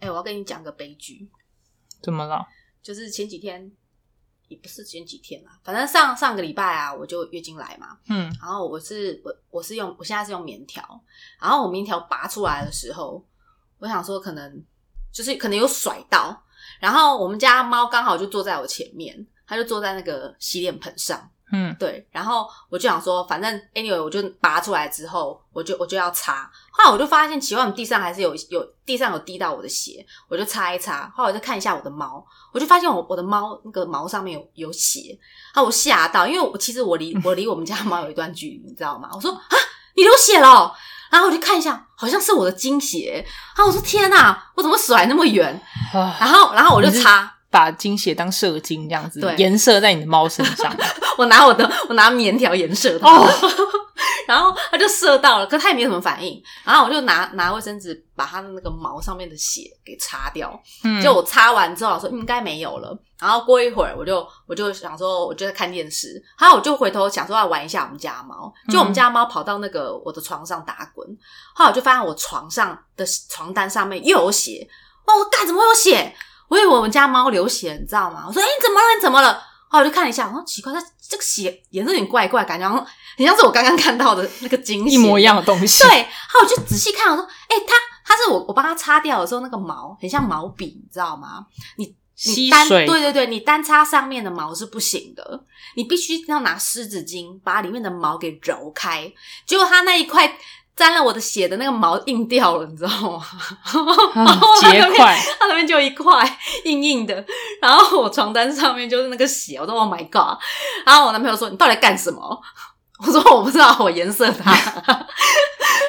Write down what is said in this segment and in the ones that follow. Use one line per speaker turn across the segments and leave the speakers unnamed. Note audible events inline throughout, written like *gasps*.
哎我要跟你讲个悲剧，
怎么了？
就是前几天，也不是前几天啦，反正上上个礼拜啊，我就月经来嘛，
嗯，
然后我是我我是用我现在是用棉条，然后我棉条拔出来的时候，我想说可能就是可能有甩到，然后我们家猫刚好就坐在我前面，它就坐在那个洗脸盆上，
嗯，
对，然后我就想说，反正 anyway，我就拔出来之后，我就我就要擦。后来我就发现奇怪，我们地上还是有有地上有滴到我的血，我就擦一擦。后来我再看一下我的猫，我就发现我我的猫那个毛上面有有血，啊，我吓到，因为我其实我
*laughs*
离我离我们家猫有一段距离，你知道吗？我说啊，你流血了哦、然后我就看一下，好像是我的精血。啊，我说天哪，我怎么甩那么远？
啊，
然后然后我就
你是
擦，
把精血当射精这样子
对，
颜色在你的猫身
*laughs*
上。
我拿我的，我拿棉条颜射它，
哦
*laughs* 然后它就射到了，可它也没什么反应。然后我就拿拿卫生纸把它的那个毛上面的血给擦掉。
嗯，
就我擦完之后，我说嗯应该没有了。然后过一会儿，我就我就想说，我就在看电视，然后我就回头想说要玩一下我们家猫，就我们家猫跑到那个我的床上打滚，后来我就发现我床上的床单上面又有血，哦，我干怎么会有血？我以为我们家猫流血，你知道吗？我说，哎、你怎么了？你怎么了？后来我就看了一下，我说奇怪，它这个血颜色有点怪怪，感觉好像很像是我刚刚看到的那个惊
一模一
样。
样的东西。
对，然后我就仔细看，我说，哎、它它是我我帮它擦掉的时候，那个毛很像毛笔，你知道吗？你你
吸
单
水
对对对，你单擦上面的毛是不行的，你必须要拿湿纸巾把里面的毛给揉开。结果它那一块沾了我的血的那个毛硬掉了，你知道吗？
*laughs*
然
啊
后它
结
那边
块，
*laughs* 它那边就一块硬硬的，然后我床单上面就是那个血，我说 Oh my god！然后我男朋友说你到底干什么？ *laughs* 我说我不知道，我颜色它。 *laughs*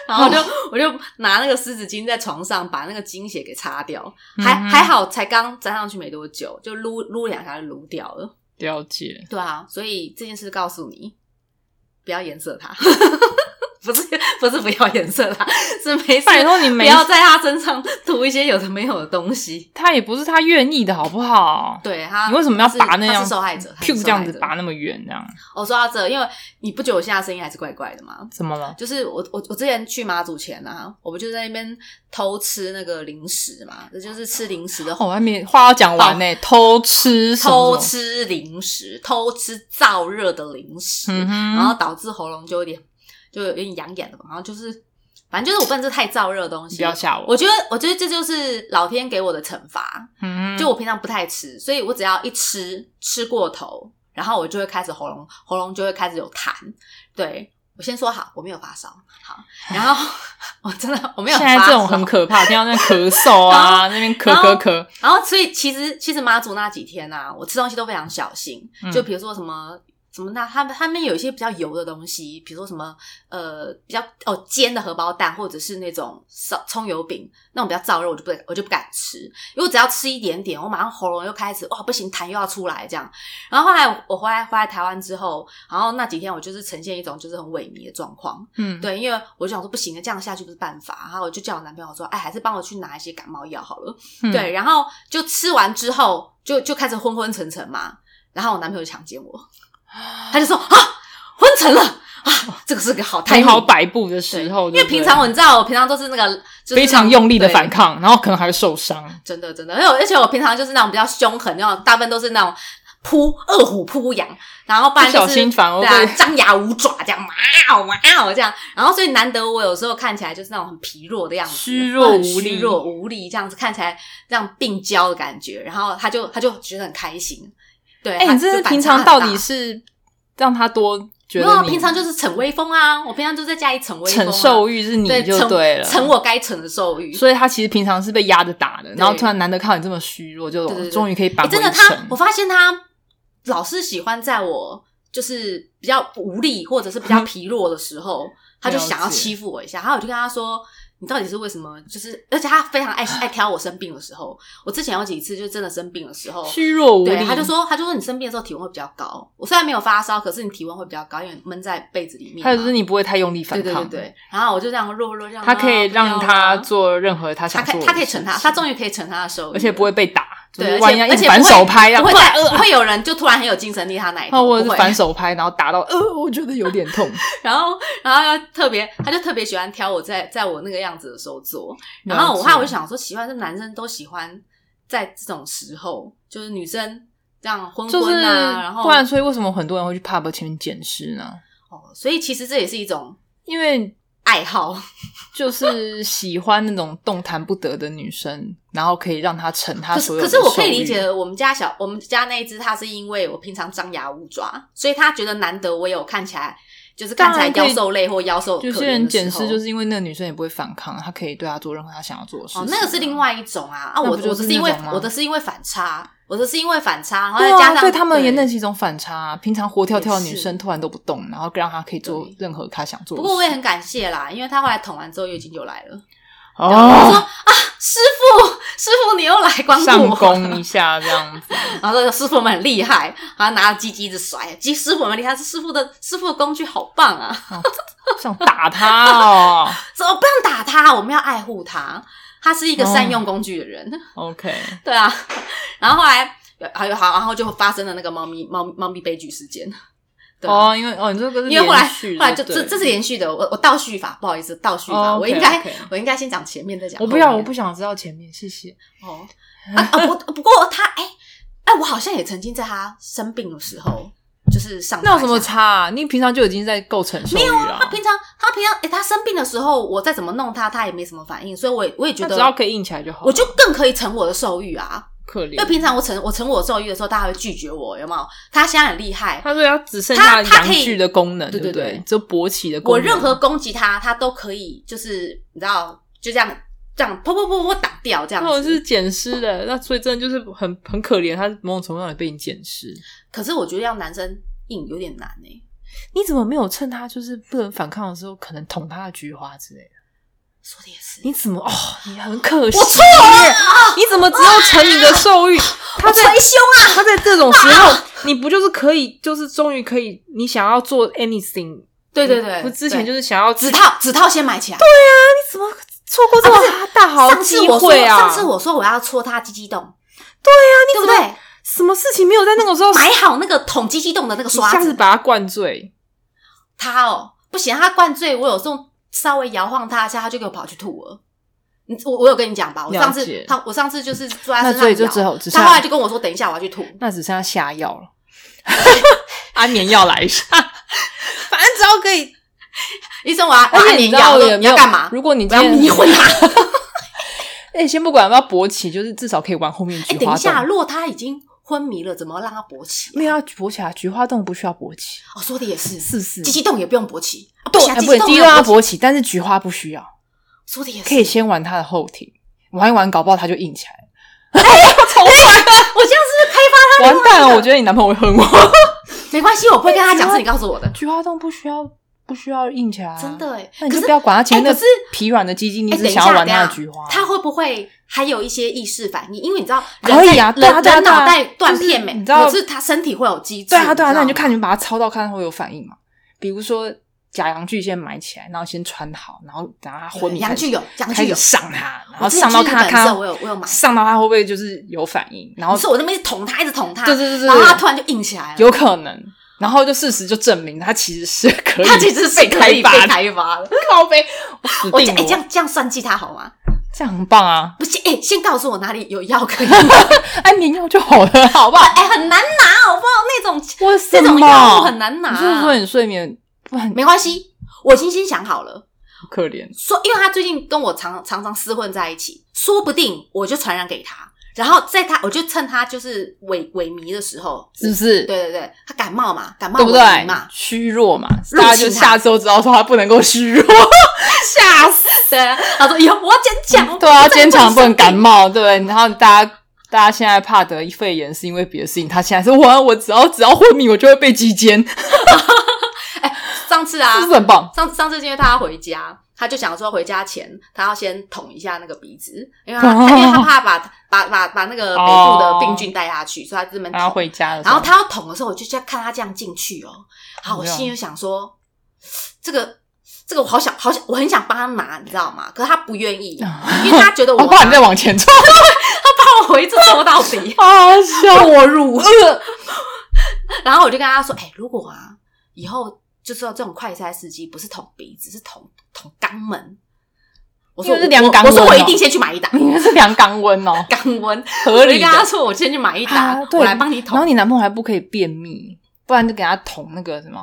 然后我就
哦
我就拿那个湿纸巾在床上把那个精血给擦掉，还
嗯哼
还好，才刚粘上去没多久，就撸撸两下就撸掉了。
了解。
对啊，所以这件事告诉你，不要颜色它。 *laughs* 不是不是不要颜色它，是没事
拜托你
不
没，
要在它身上涂一些有的没有的东西。
他也不是他愿意的好不好？
对他，
你为什么要
他是
拔那
他
样
是受害
*laughs*
者，他是
，Q
受
这样
害
子
者
拔那么远，这样
我说到这，因为你不觉得我现在声音还是怪怪的吗？
怎么了？
就是我我我之前去妈祖前啊，我不就在那边偷吃那个零食嘛，这就是吃零食的
哦，我还没话要讲完呢，偷吃什么
偷？吃零食，偷吃燥热的零食，
嗯哼
然后导致喉咙就有点就有点痒痒的嘛，然后就是反正就是我不能吃太燥热的东
你
西。
不要吓我。
我觉得我觉得这就是老天给我的惩罚，
嗯，
就我平常不太吃，所以我只要一吃吃过头，然后我就会开始喉咙喉咙就会开始有痰。对我先说好，我没有发烧，好，然后 *laughs* 我真的我没有
现
发烧
在这种很可怕，听到那咳嗽啊，那边
*laughs*
咳
然后
咳咳，
然后所以其实其实妈祖那几天啊，我吃东西都非常小心，
嗯
就比如说什么。什么那他们他们有一些比较油的东西，比如说什么呃比较哦煎的荷包蛋，或者是那种烧葱油饼那种比较燥热，我就不我就不敢吃，因为我只要吃一点点，我马上喉咙又开始哇不行痰又要出来这样。然后后来我我回来回来台湾之后，然后那几天我就是呈现一种就是很萎靡的状况，
嗯，
对，因为我就想说不行，这样下去不是办法，然后我就叫我男朋友说，哎，还是帮我去拿一些感冒药好了。
嗯
对，然后就吃完之后就就开始昏昏沉沉嘛，然后我男朋友强奸我，他就说啊，昏沉了啊，这个是个好态
很
度，
好摆布的时
对
候，
因为
对不对
平常我你知道，我平常都是那个、就是、
非常用力的反
抗。
抗，然后可能还会受伤。
真的真的，而且我而且我平常就是那种比较凶狠那种，大部分都是那种扑饿虎扑羊，然后不然、就是、
不小心反而会
对啊张牙舞爪这样，哇哦哇哦这样，然后所以难得我有时候看起来就是那种很疲弱的样子，
虚弱
很
无力
虚弱无力这样子，看起来这样病娇的感觉，然后他就他就觉得很开心，对，
哎，
他
你这是
就反
平
差
常
很
到
大
底是让他多觉
没有
得
啊，
你
平常就是逞威风啊，我平常就在家里逞威风、啊，
承受欲是你
对
就
逞
对了，
逞我该逞的受欲，
所以他其实平常是被压着打的，然后突然难得看到你这么虚弱，就
对对对
终于可以扳
欸
回
真
一
的
城。
他，我发现他老是喜欢在我就是比较无力或者是比
*laughs*
较疲弱的时候，他就想要欺负我一下。然后我就跟他说：“你到底是为什么？”就是而且他非
*gasps*
常爱爱挑我生病的时候。我之前有几次就真的生病的时候。
虚弱无
对，
力，
他就说，他就说你生病的时候体温会比较高。我虽然没有发烧，可是你体温会比较高，因为闷在被子里面嘛。
还有就是你不会太用力反
对对对
抗，
对。然后我就这样弱弱这样。
他可以让
啊
他
不要啊
做任何他
他
想
可
做
以
的
他可以逞他，
事情
他终于可以逞他的手，
而且不会被打，就
对而且
是弯腰一
而且
反
不会
手拍呀，
不会
啪
再
呃
不会有人就突然很有精神力，他那一
啊，
头
我
不会
反手拍，然后打到呃，我觉得有点痛。
*laughs* 然后然后要特别，他就特别喜欢挑我在在我那个样子的时候做，然后我
看
看我就想说，奇怪，这男生都喜欢在这种时候，就是女生这样昏
就
昏
是
啊，然后
不然，所以为什么很多人会去 pub 前面捡尸呢？
哦，所以其实这也是一种
因为
爱
*laughs*
好，
就是喜欢那种动弹不得的女生，然后可以让她逞她
可是
所有
可
的
是我可以
兽欲
理解，我们家小我们家那一只，它是因为我平常张牙舞爪，所以他觉得难得我有看起来就是看起来
当
妖
然可以
兽类或妖兽可怜的
有
时候，
些人捡尸就是因为那个女生也不会反抗，她可以对她做任何她想要做的事情啊。
哦，那个是另外一种啊啊，
那
我
不就
我的
是
是因为
那种吗
我的是因为反差，我的是因为反差，然后再
对
加
啊，
上
对他们而言
对
那是一种反差啊。平常活跳跳的
也
女
是
生突然都不动，然后让她可以做
对
任何她想做
不
的事。
过我也很感谢啦，因为他后来捅完之后月经就来了。我说
哦，
啊，师傅， *laughs* 师傅你又来光
上
顾我，
攻一下这样子。
*laughs* 然后这个师傅们很厉害，然后拿着鸡鸡一直甩，鸡师傅们厉害，是师傅的师傅的工具好棒啊！
哦想打他哦。
*laughs* 怎么不能打他？我们要爱护他，他是一个善用工具的人。 *laughs*
OK，
对啊，然后后来还有好，然后就发生了那个猫咪猫猫咪悲剧事件。对啊、
哦，因为哦，你这个是
因为后来
连续
后来
的
就
对
这这是连续的，我我倒叙法，不好意思，倒叙法，
哦
我
OK，
应该
OK
我应该先讲前面再讲后
我
面。
不要，我不想知道前面，谢谢。
哦，啊啊不不过他哎哎、我好像也曾经在他生病的时候，就是上
那有什么
台下
差、啊？你平常就已经在构成兽欲啊了、
他平常他平常哎、他生病的时候，我再怎么弄他，他也没什么反应，所以我也我也觉
那
得
只要可以硬起来就好了。
我就更可以成我的兽欲啊，
可
因为
怜，
平常我成我成我的兽欲的时候，大家会拒绝我，有没有？他现在很厉害，
他说要只剩
他
下
他
阳
可以
具的功能，
对
对
对
不
对
只有勃起的功
我
能。
任何攻击他，他都可以，就是你知道，就这样这样噗噗噗噗打掉这样
那我
子。
是捡尸的，那所以真的就是很很可怜，他某种程度上也被你捡尸。
可是我觉得要男生硬有点难欸呢、
你怎么没有趁他就是不能反抗的时候，可能捅他的菊花之类的？
说的也是，
你怎么哦？你很可惜，
我错了，
你怎么只有成你的兽 *laughs* 欲？他
我
在
捶胸啊！
他在这种时候，你不就是可以，就是终于可以，你想要做 anything。
对对对
不之前
对哎
就是想要
指
道
套指套先买起来。
你怎么错过这
啊
么
不是
大好
上次
机
我说
会啊？
上次我说我要戳他鸡鸡洞，对呀、
怎么
对不
什么事情没有在那个时候
对？买好那个捅鸡鸡洞的那个
你
刷
下次
子，
把他灌醉，
他哦不行，他灌醉，我有时候稍微摇晃他一下，他就给我跑去吐了。你我我有跟你讲吧，我上
了
次
解
他我上次就是坐在
那
身
所以
上
就
摇
只好只
他
剩
后
下
来就跟我说等一下我要去吐，
那只剩下下药
*laughs*
了，安眠药来一下。反正只要可以，
*laughs* 医生我要我
而
要
且你
粘
知道
牙，我说
有
你
没有
要干嘛？
如果你
我
今
要
天
迷啊昏他。
*laughs* 哎，先不管要不要勃起，就是至少可以玩后面
哎、
菊
等
花
一下，
洞。
如果他已经昏迷了，怎么让他勃起？
没有要勃起啊，菊花洞不需要勃起，
哦，说的也是，
是不是？
鸡鸡洞也不用勃起，啊、不
对，
行啊，
哎
鸡
不
鸡
是，
洞
鸡
没
肉
有
要
勃起，
勃起，但是菊花不需要。
说的也是，
可以先玩他的后庭，玩一玩，搞不好他就硬起
*laughs* 我
来。
这样是不是开发
完蛋了，我觉得你男朋友会恨我。
没关系，我不会跟他讲，是你告诉我的。
*laughs* 菊花洞不需要不需要硬起来啊、
真的哎、
那
欸，
你
可
就是不要管他前面
哎
那
可是
疲软的鸡鸡，你
哎
只
等一
想
下，
要玩他的
等一
菊
下
花。
他会不会还有一些意识反应？因为你知道，
可以
人在
啊对啊
人
对啊
人
对啊
脑袋断
就是
片没？
你知道
可是他身体会有机制。
对啊对啊，
知道
那你
吗
就看你们把它操到，看他会有反应嘛。比如说假阳具先买起来，然后先穿好，然后等到他昏迷
杨
开
具
始
有杨
开
具
始
有，
上他，然
我
后
之前
上到
去日
看他
本的
看
时
他
候我有我有买
上到他会不会就是有反应，然后
不是我那边一直捅他，一直捅他，
对对对对
然后
对
他突然就硬起来了。
有可能。然后就事实就证明他其实是可以，
他其实是
被
可以被
发的。
开发的。
靠
*laughs*
背，我死
我
定
这
了！
哎、这样这样算计他好吗？
这样很棒啊！
不是哎、先告诉我哪里有药
*laughs*
可以买。
安眠药就好了，好不好？
哎、很难拿，好不好？那种
为 *laughs* 什
*laughs* 这
么
种药物很难
你是不是说
拿。啊
你睡眠不很
没关系，我已经先想好了。
可怜？
说，因为他最近跟我常常常厮混在一起，说不定我就传染给他，然后在他，我就趁他就是萎萎靡的时候，
是不是？
对对对，他感冒嘛，感冒
对不
萎
对
靡嘛？，
虚弱嘛，
入侵
大家就
它
下周知道说他不能够虚
*laughs*
弱，吓死！
对啊，他说以后我要坚强，
对啊，
我再也
坚强
会
不能
生嗯
感
病。
冒，对不对？然后大家。大家现在怕得肺炎是因为别的事情，他现在是我我只要只要昏迷我就会被击奸，是
上次啊
不，是很棒？
上上次是因为他要回家，他就想说回家前他要先捅一下那个鼻子，因为他、
哦
*laughs* 因为他怕把把把把那个北部的病菌带下去，所以他这边
然后
捅。
哦回家的时
然
候，
后他要捅的时候，我就在看他这样进去哦，好，我心里就想说，这个这个我好想好
*laughs* 哦
想，我很想帮他拿，你知道吗？可是他不愿意，因为他觉得我
我怕你再往前冲，
他我一直搓到底，
好笑，呃
落入。然后我就跟他说：“哎、如果啊，以后就知道这种快筛司机不是捅鼻子，是捅捅肛门。”我说我：“
因为是量肛
我说
温
我
哦
一定先去买一打 *laughs*
你们是量肛温哦，
肛温。
合
我就
理
跟
的。
他说：“我先去买一打，
啊对
我来帮你
然后
捅
你男朋友还不可以便秘，不然就给他捅那个什么？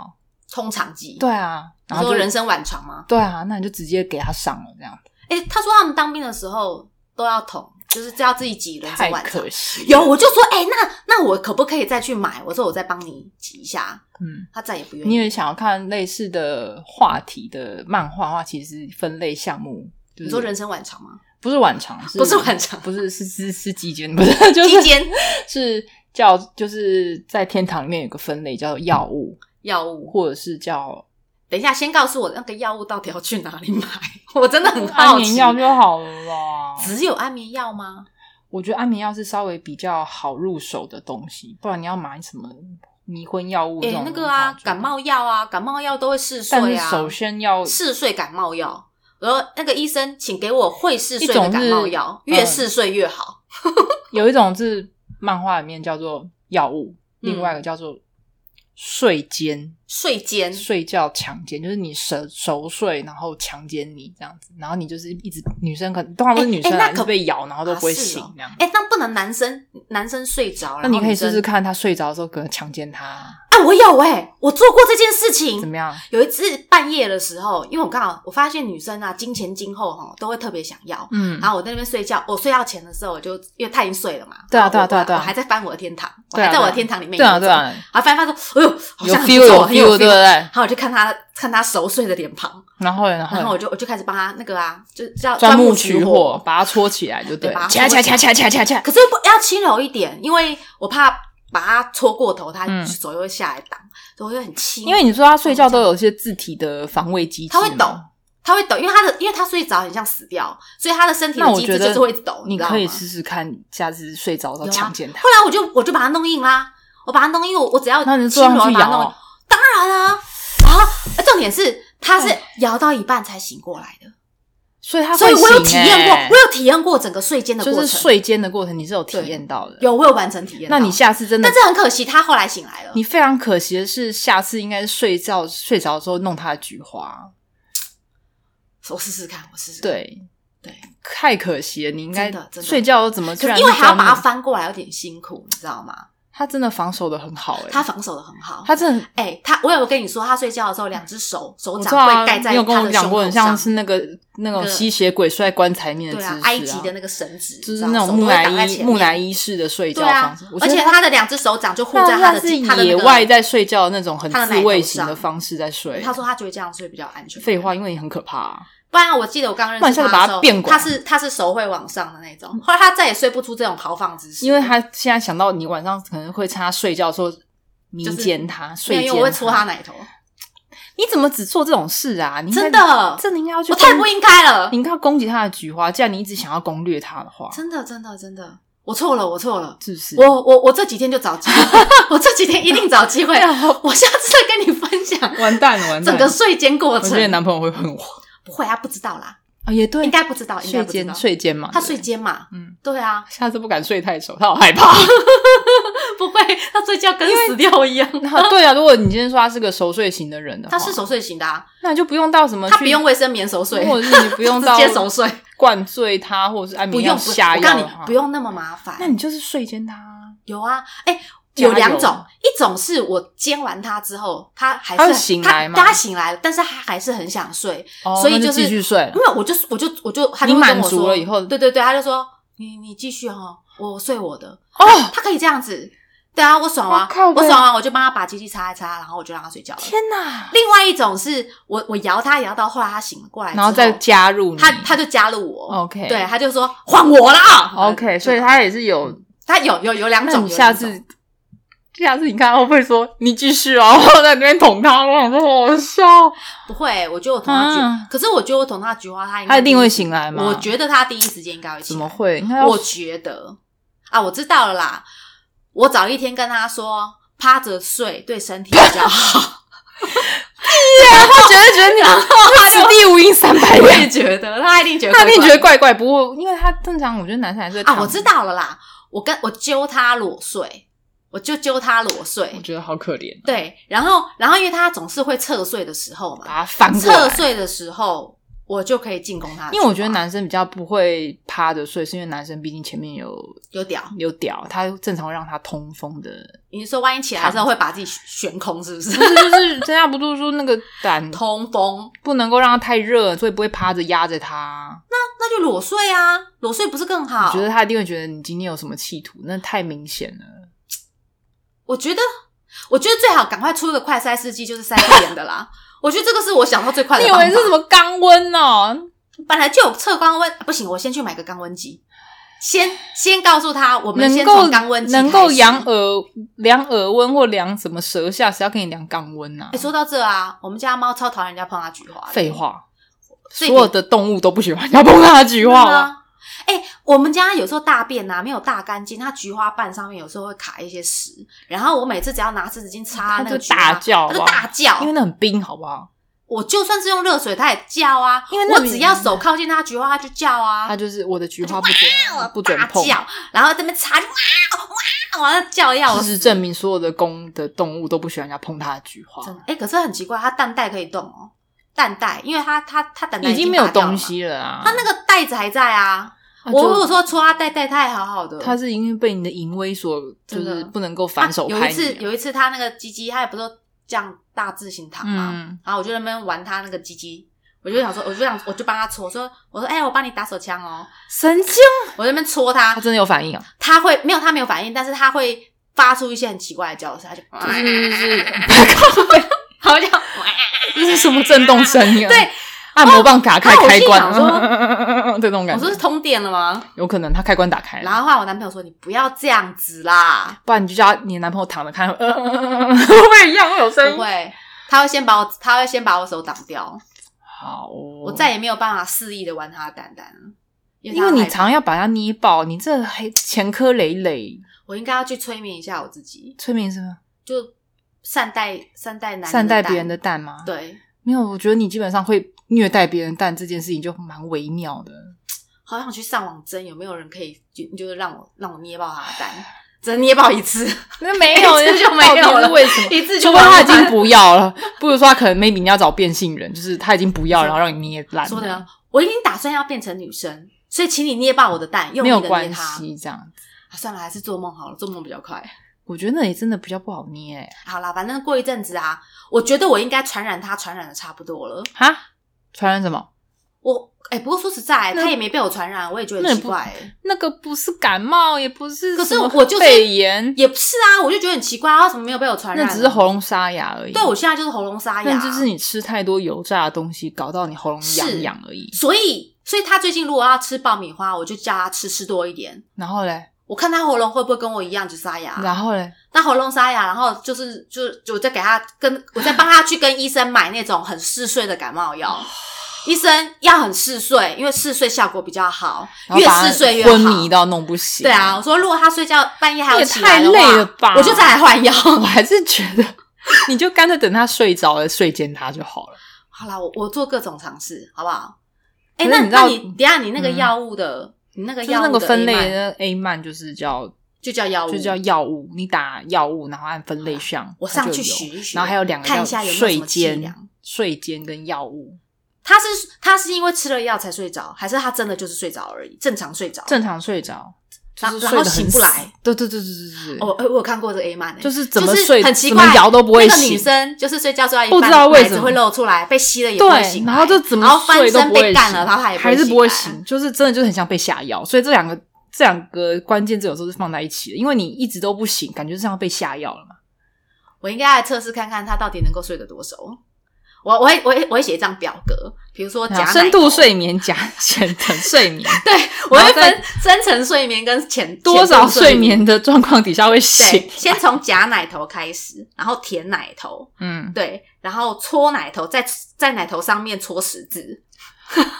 通肠剂。”
对啊，
你
然后
说
就
人生晚长吗？
对啊，那你就直接给他上了，这样
哎、他说他们当兵的时候都要捅，就是要自己挤人生
太
晚长
可。惜了。
有，我就说，哎、那那我可不可以再去买？我说我再帮你挤一下，
嗯，
他再也不愿
你
意。
也想要看类似的话题的漫画的话，其实分类项目就
你
是
说人生晚长吗？
不是晚长，
不是晚长
不是是是是基间，不是 *laughs* 就是
期间
是叫就是在天堂里面有个分类叫药物，
药物，
或者是叫
等一下先告诉我那个药物到底要去哪里买，我真的很
安
好
眠
奇。
药就好了啦。
只有安眠药吗？
我觉得安眠药是稍微比较好入手的东西，不然你要买什么迷昏药物
哎、
这种、
那个啊，感。冒药啊，感冒药都会嗜
但
睡
是
啊，
首先要
嗜睡感冒药。然后那个医生，请给我会嗜睡
一种
的
是
感冒药，
嗯
越嗜睡越好。
有一种是漫画里面叫做药物，
嗯
另外一个叫做睡奸，
睡间
睡觉强奸，就是你熟熟睡然后强奸你这样子，然后你就是一直女生可能通常都是
哎
女生
哎
啊、
那
一
可
直被咬，然后都不会
啊是
醒
哦
这样。
哎、那不能男生男生睡着，
那你可以试试
看。
看，他睡着的时候可能强奸他
啊，我有哎、我做过这件事情。
怎么样？
有一次半夜的时候，因为我刚好我发现女生啊，经前经后哈都会特别想要。
嗯
然后我在那边睡觉，我睡觉前的时候，我就因为他已经睡了嘛，
对
然
啊
后我
对啊对啊
我还在翻我的天堂，我
对啊
还在我的
对啊
天堂里面
对啊
游走
对，啊，
然后翻一翻说，哎呦，好
有
像很不错
feel 有
很有
feel 对不对
然？后我就看他看他熟睡的脸庞，
然后呢然后
然后
呢
我就我就开始帮他那个啊，就叫
嗯钻木
取
取火，。把它戳起来就对
对把它戳
了，掐
起
掐
来
掐掐掐掐掐，
可是不要轻柔一点，因为我怕把他戳过头，他
嗯
手又会下来挡，所以我就很轻。
因为你说他睡觉都有一些字体的防卫机制
他
嘛，
会抖他会抖，因为他的因为他睡着很像死掉，所以他的身体
那
的
我
机
觉
制
得
就是会抖，你
你
知道吗啊
可以试试看，下次睡着的时候强奸他
后，来我就我就把它弄硬啦，我把它弄硬，我我只要
那你就
轻
坐
柔地
上去
把它弄
摇
硬，当然啦、啊，啊，重点是他是摇到一半才醒过来的，
所以哎他会
所以我有体
醒欸
验过，我有体验过整个睡间的过
就
程，
是睡间的过程，你是有体验到的。
有我有完成体验到。
那你下次真的
但，是很可惜，他后来醒来了，
你非常可惜的是，下次应该是睡觉睡着的时候弄他的菊花，
我试试看，我试试看，
对
对。
太可惜了。你应该
真的真的
睡觉怎么居
可
然
是因为还要
钻
把它
木
翻过来，有点辛苦，你知道吗？
他真的防守的很好哎，
他防守的很好，
他真的
哎、他我有跟你说，他睡觉的时候，两只手手
我知
掌
道啊
会盖在
你有跟
他
我
的胸
讲过，
口
很
上
像，是那个那
那
种
个
吸血鬼睡在棺材面的
对
姿势、
啊
啊，，
埃及的那个绳子，
就是
知道吗
那种
手都
木
会
乃
挡在
伊
前
木
面
乃伊式的睡觉
对
方
啊
式。我，觉
而
得
且他的两只手掌就护在他的
是
他的那
野
个
外在睡觉的那种很
他的奶
自卫
头
型的
上
方式在睡。
他说他觉得这样睡比较安全。
废话，因为你很可怕、啊。
不然我记得我刚认
不然
识
下次
他的
把它
时候，
变
他
广
是他是手会往上的那种，后来他再也睡不出这种豪放姿势，
因为他现在想到你晚上可能会趁他睡觉的时候迷
就是
奸他，
没有
睡
因
奸
为我会戳他奶头，
你怎么只做这种事啊？你应该
真的
真的应该要去
我
攻，
太不应该了
你，应该要攻击他的菊花。既然你一直想要攻略他的话，
真的真的真的，我错了，我错了。
是不是？
我我我这几天就找机
*laughs*
会，我这几天一定找机会，我下次再跟你分享
哎啊完蛋了，完
整
蛋
个
了！
睡间过
我觉得你
程。
男朋友会恨我
不会，他不知道啦，
啊，也对，
应该不知道，应该
睡
不知道
间。睡间嘛，
他
对不
睡
对，
间嘛，
嗯，
对啊，
下次不敢睡太熟，他好害怕。
*laughs* 不会，他睡觉跟死掉一
*laughs*
样。
然后对啊，如果你今天说他是个熟睡型的人的
*laughs*
话，
他是熟睡型的、啊，
那你就不用到什哦么去，
他不用卫生棉熟睡，
或者是你不用
*laughs* 直
到
接熟睡，
灌醉他，或者是安
不
眠
用
药
不，
下
我告
药
诉
的
你
话，
不。用那么麻
啊那
烦。
你就是睡奸他啊，
有啊，哎、
加油
有两种，一种是我煎完他之后，他还是
他会醒来吗
他他醒来了，但是他还是很想睡，
哦
所以
那就哦
就是
继续睡了
因。为我就我就我就他就
你
会跟
满
我
足
说
了以后
对对对，他就说你你继续哦，我睡我的，
哦，
他可以这样子。对啊，我爽完、
哇靠
我
北
爽完我就帮他把鸡鸡擦一擦，然后我就让他睡觉了。
天哪！
另外一种是我我摇他摇到后来他醒了过来之后，
然后再加入你
他他就加入我
嗯 OK
对，他就说换我啦
OK，
对
所以他也是有。
他有有有两
那
种，
你下
有两
次
种。
下次你看他会不会说你继续哦， *laughs* 然后在那边捅他，我想说好笑，
不会，我觉得我捅他菊，
嗯
可是我觉得我捅他菊花，他应该
他一定会醒来吗？
我觉得他第一时间应该会
怎
醒来。
么会？应该要
我觉得啊，我知道了啦。我早一
*laughs*
天跟他说，趴着睡对身体比较好。
他绝对觉得
*laughs*
你此地无银三百
我
两。
也觉得，他一定觉得怪
他
怪的，
一定觉得怪怪，不过因为他正常，我觉得男生还是会
啊，
躺
我知，道了啦，我跟我揪他裸睡，我就揪他裸
我
睡，
觉得好可怜，
对，然后然后因为他总是会侧睡的时候嘛，
哦把他翻过
侧
来。
睡的时候我就可以进攻他的啊
因为我觉得
床
男生比较不会趴着睡，是因为男生毕竟前面有
有屌，
有屌，他正常会让他通风的。
你是说万一起来的时候会把自己悬空，是不是
不？ *laughs* 是，就是增加不度说那个胆
通风，
不能够让他太热，所以不会趴着压着他。
那就裸睡啊，裸睡不是更好？
我觉得他一定会觉得你今天有什么企图，那太明显了。
我觉得，我觉得最好赶快出一个快筛试剂，就是塞肺炎的啦。 *laughs* 我觉得这个是我想到最快的
你以
方法。
为是什么肛温哦？
本来就有测肛温，啊不行，我先去买个肛温机。先先告诉他，我们
能
先从
够
肛温机
能
开
够
始
量。耳量耳温或量什么舌下，谁要给你量肛温呐、
哎、说到这啊，我们家猫超讨厌人家碰它菊花的。
废话，
这
所
一点，
有的动物都不喜欢人家碰它的菊
真的
花吧？
吗？哎、我们家有时候大便啊没有大干净，它菊花瓣上面有时候会卡一些屎，然后我每次只要拿湿纸巾擦
它
那
就
个菊花
大叫啊
它就
吧
大叫，啊
因为那很冰，好不好？
我就算是用热水，它也叫啊。
因为那
我
里
只要手靠近它菊花，它就叫啊
它。就是我的菊花不准不准
大
碰，
叫，然后这边擦就哇哇，往上叫要
事
死
实。证明所有的公的动物都不喜欢人家碰它的菊花，
真的，哎、可是很奇怪，它蛋袋可以动哦，蛋袋，因为它它它蛋袋
已经没
拔
有
掉了
东
嘛，
西了啊！
它那个袋子还在啊。
啊
我
就
如果说戳它袋袋，它还好好的。
它是因为被你的淫威所，就
真的
是不能够
它
反手
有
拍
一次
你啊。
有一次它那个鸡鸡，它也不是都这样大字形躺嘛，
嗯，
然后我就在那边玩它那个鸡鸡。我就想说，我就想，我就帮它搓，说，我说，哎、我帮你打手枪哦，
神经，
我在那边搓它
它，真的有反应啊！
它会没有，它没有反应，但是它会发出一些很奇怪的叫声，它就
就是
哎
是，
*laughs* 然后就
这是什么震动声音啊？
对，
按摩棒打开
哦
开关
那
*laughs*
我心，
这种感
我
觉哎
说是通电了吗？
有可能它开关打开了
然，后后来我男朋友说：“你不要这样子啦，
不然你就叫你男朋友躺着看， *laughs* 呃会不会一样会有声音
不？会，他会先把我，他会先把我手挡掉，
好哦，
我再也没有办法肆意的玩他的蛋蛋了，因为
因
他
为你
害怕
常要把它捏爆，你这还前科累累。
我应该要去催眠一下我自己，
催眠是吗？
就善待善待男人的
善待别人的
蛋
蛋吗？，
对，
没有，我觉得你基本上会虐待别人蛋这件事情就蛮微妙的。
好想去上网争有没有人可以就就是让我让我捏爆他的 *laughs* 蛋，只能捏爆一
*laughs*
次，
那
*laughs*
没
一次就没有
到底
了
是为什么？
一次 *laughs* 就
除非他已
完
经
了
不要了，不如说他可能 maybe 你要找变性人，就是他已经不要，
说
然后让你捏烂了，
说的，我已经打算要变成女生，所以请你捏爆我的蛋，用力
没有
的捏
关
它。
系这样子。
啊算了，还是做梦好了，做梦比较快。 *laughs*
我觉得那里真的比较不好捏、欸，
好啦，反正过一阵子啊，我觉得我应该传染他，传染的差不多了。
哈，传染什么？
我哎、不过说实在，
那
他也没被我传染，我也觉得
那
很
你
奇
不
怪。
那个不是感冒，也不是
可是
什么
我就是
肺炎，
也不是啊，我就觉得很奇怪，他为什么没有被我传染？
那只是喉。咙沙哑而已。
对，我现在就是喉咙沙
那
哑，
就是。你吃太多油炸的东西，搞到你喉咙痒
是
痒而已。
所以，所以他最近如果要吃爆米花，我就叫他吃吃多一点。
然后嘞，
我看他喉咙会不会跟我一样就沙
然
哑？
后嘞，
他喉咙沙哑，然后就是就就我再给他跟我再帮他去跟医生买那种很嗜睡的感冒
哦
药。医生要很嗜睡，因为嗜睡效果比较好，
然后
越
把
嗜睡越好。
昏迷到弄不醒。
对啊，我，说如果他睡觉半夜还有
也
起来的
太
话，
累了吧
我就再来换药。
我还是觉得你就干脆等他睡着了，睡见他就好了。
好啦，我我做各种尝试，好不好？哎、
可
那
是你知
那
道
你等一下你那个
嗯
药物的，你那个
就是
药物
那个
的 A
分类
曼
的 A 曼就是叫
就叫药物，
就叫药物，你打药物，然后按分类项，
我
它
上
就
去
有
许一许
然后还有两个
看
叫
一下有没有什
睡
么剂
间
量。、
睡间跟药物。
他是他是因为吃了药才睡着，还是他真的就是睡着而已，正常睡着？
正常睡着，就
然
是
然
睡
后
得很
醒不
死
来。
对对对对对对
哦，
对，
我我有看过这个 A 曼、欸，
就是怎么
就是
睡
很奇
怎
怪，
么摇都不会
那个女
醒
生就是睡觉睡到一半，
不知道为
奶子
什么
会露出来，被吸了也不会
对，
醒来，
然后就怎么
然后翻
睡都
身
不会
被干
醒
了，然后她也
还是不
会
会
醒来
醒，就是真的就是很像被下药。所以这两个这两个关键字有时候是放在一起的，因为你一直都不醒，感觉就像被下药了嘛。
我应该来测试看看他到底能够睡得多熟。我我会我会我会写一张表格，比如说
然
哦假
后
奶
啊深度
头，
睡眠加浅层睡 *laughs* 眠，
对我
然
会
后再
分深层睡眠跟浅
多少
浅度睡
睡？眠的状况底下会醒啊
对，？先从假奶头开始，然后舔奶头，
嗯，
对，然后搓奶头，在在奶头上面搓十字，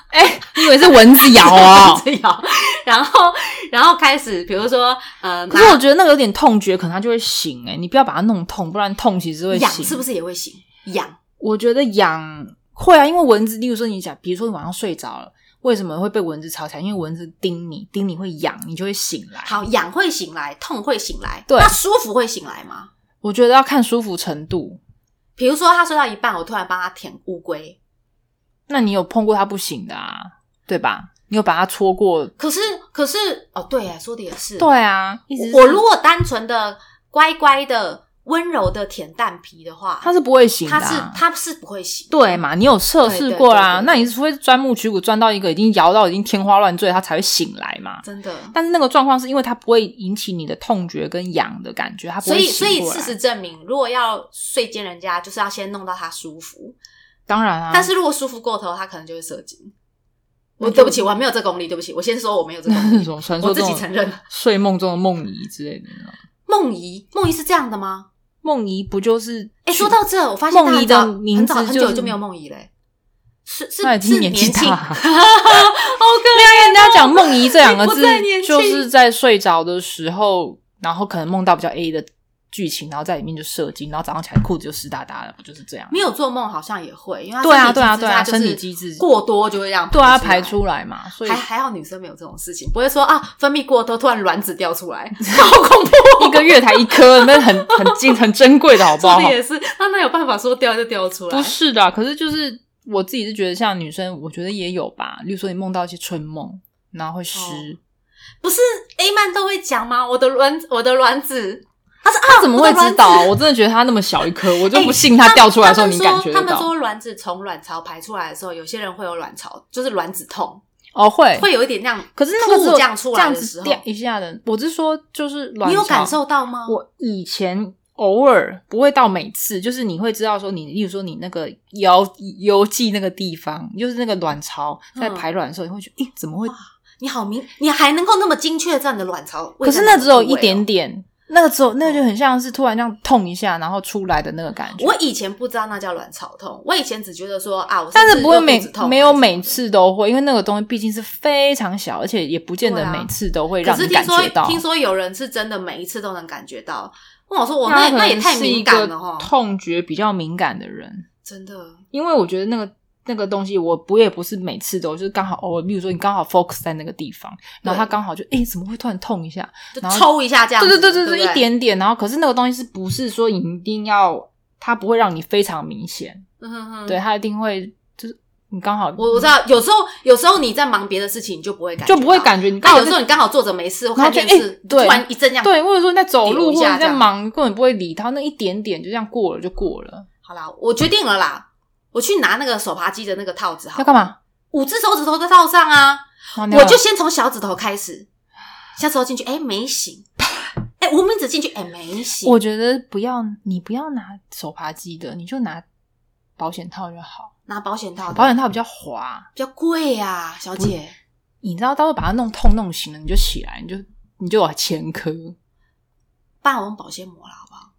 哎，你以为是蚊子咬
*laughs*
哦？*laughs*
这样，然后然后开始，比如说呃，
可是我觉得那个有欸点痛觉，可能它就会醒哎、你不要把它弄痛，不然痛其实会
痒
醒。
是不是也会醒？痒
我觉得痒会啊，因为蚊子，例如说你想，比如说你晚上睡着了，为什么会被蚊子吵起来？因为蚊子叮你，叮你会痒，你就会醒来。
好，痒会醒来，痛会醒来，
对
那舒服会醒来吗？
我觉得要看舒服程度。
比如说他睡到一半，我突然帮他舔乌龟，
那你有碰过它不醒的啊，对吧？你有把它戳过？
可是可是哦，对啊，说的也是，
对啊，一直
我我如果单纯的乖乖的温柔的舔蛋皮的话，
它是不会醒的、
他
啊，
是他是不会醒，
对嘛？你有测试过
对对对
啦、
对
那你是除非钻木取骨，钻到一个已经摇到已经天花乱坠，它才会醒来嘛。
真的。
但是那个状况是因为它不会引起你的痛觉跟痒的感觉，它不
所
会
以
醒
所
过来。
以事实证明，如果要睡奸人家，就是要先弄到他舒服。
当然啊，
但是如果舒服过头，他可能就会射精。
那
我
就
对不起，我还没有这功力，对不起，我先说我没有这
*laughs*
功
那
力，
种传说
我自
中
己
的
承认。
睡梦中的梦遗之类的，
梦遗，梦遗是这样的吗？
梦遗不就是？
哎、说到这，我发现
梦遗
大家
的
很早
名字
很早很
就
久
是
就没有梦遗嘞、是是
那已经
是
年
年
纪
轻，
大
*laughs*
了
好可
对啊，人家讲梦遗这两个
你
字
不再年，轻
就是在睡着的时候，然后可能梦到比较 A 的剧情，然后在里面就射精，然后早上起来裤子就湿哒哒的，不就是这样？
没有做梦好像也会，因为他
对啊，
身体
对啊，
机制
对
它
啊，
就是
身体机制
过多就会让
对啊排出来嘛，所以
还还好女生没有这种事情，不会说啊分泌过多突然卵子掉出
*laughs*
来，好恐怖。
一个月才一颗， *laughs* 那很很精很珍贵的好不
说
好
*laughs* 的？也是，那那有办法说掉就掉出来？
不是的，可是就是我自己是觉得，像女生，我觉得也有吧。例如说，你梦到一些春梦，然后会
哦
湿，
不是 A 曼都会讲吗？我的卵，我的卵子，他说 *laughs*
他
啊，
怎么会知道啊？
我
*laughs* 我真的觉得他那么小一
*laughs*
颗，我
的卵子
就不信他掉出来的时候
哎他
你
们
感觉
他们说他
得
们
到。
说卵子从卵巢排出来的时候，有些人会有卵巢，就是卵子痛，
哦，会。
会有一点那样。
可是那个
吐
时候
这样出
这
来
样
的时
子
候，
掉一下的，我是说就是卵
你有
巢
感受到吗？
我以前偶尔不会到每次，就是你会知道说你，例如说你那个腰腰际那个地方，就是那个卵巢在
嗯
排卵的时候，你会觉得，诶、怎么会？
你好明，你还能够那么精确地知道你的卵巢位
可
在
是
哪
那
个
只有
部
一
位
点
哦。
点，那个只有那个就很像是突然这样痛一下，然后出来的那个感觉。
我以前不知道那叫卵巢痛，我以前只觉得说啊，我
但
是
是不会
又肚
每
子痛啊
没有
还是什么
每
的。
次都会，因为那个东西毕竟是非常小，而且也不见得
对啊
每次都会
可
让
是
你
听
感觉
说
到。
听说有人是真的每一次都能感觉到。问我说我
那
那
可
那也
能
太
是一
敏
个
感了哦哈，
痛觉比较敏感的人，
真的。
因为我觉得那个那个东西，我不也不是每次都，就是刚好偶尔，比如说你刚好 focus 在那个地方，然后它
对
刚好就哎、诶怎么会突然痛一下？
就
然后
抽一下这样
对
子，
对对
对
对，
不
一，点点。然后可是那个东西是不是说你一定要，它不会让你非常明显，
嗯哼哼，
对，它一定会就是你刚好
我我知道，有时候有时候你在忙别的事情，你就不会感觉
就
到
不会，感觉你刚
但
好
有时候你刚好坐着没事，
然后
看
就
电视
哎，
突
对
然一阵这样，
对，或者说你在走路
一
或
下
者你
这
在
样
忙，根本不会理它，那一点点就这样过了就过了。
好啦，我决定了啦，我去拿那个手扒鸡的那个套子，好
要，干嘛？
五只手指头都套上啊，
然后你要
我就先从小指头开始，小指头进去，哎，没醒，哎，无名指进去，哎，没醒，
我觉得不要你不要拿手扒鸡的，你就拿保险套就好。
拿保险套的，
保险套比较滑，
比较贵呀，小姐，
你知道，到时候把它弄痛弄醒了，你就起来，你就你就有前科。
不然我用保鲜膜啦，好不好？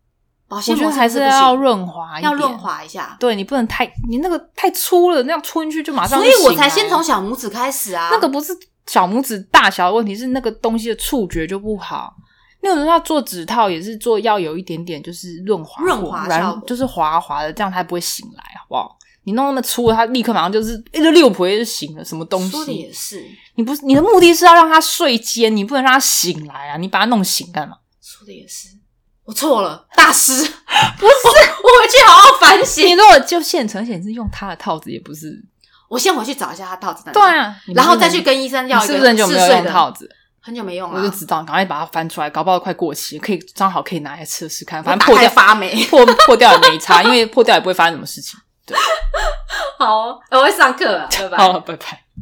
保
我
鲜
觉
膜
得还
是
是
不是不行
要润滑，
要润。滑一下，
对你不能太，你那个太粗了，那样戳进去就马上
所
就
以
醒来。
我才先从小拇指开始啊，
那个不是小拇指大小的问题，是那个东西的触觉就不好。那种要做指套也是做要有一点点就是润滑
润滑
软
效果
就是滑啊滑的，这样它不会醒来，好不好？你弄那么粗，它立刻马上就是一个六婆就醒了，什么东
说的
西
也？是，
你不是你的目的是要让它睡间，你不能让它醒来啊！你把它弄醒干嘛？
说的也是，我错了，大师，不是， *laughs* 我回去好好反
你
省。
如果就现成显示用它的套子也不是，
我先回去找一下他到底在哪。
对，啊，
嗯然后再
你
去
是不是
跟医生
你
要一
是
个
不是很久没有
试睡
用
的
套子？
很久没用
我就
了，
知道，赶快把它翻出来，搞不好快过期，可以刚好可以拿来测试看，
我
反
打
正破
开
掉
发霉。 *laughs*
破破掉也没差，因为破掉也不会发生什么事情。
哦
*laughs*
好，我会上课了，拜拜
好，拜拜。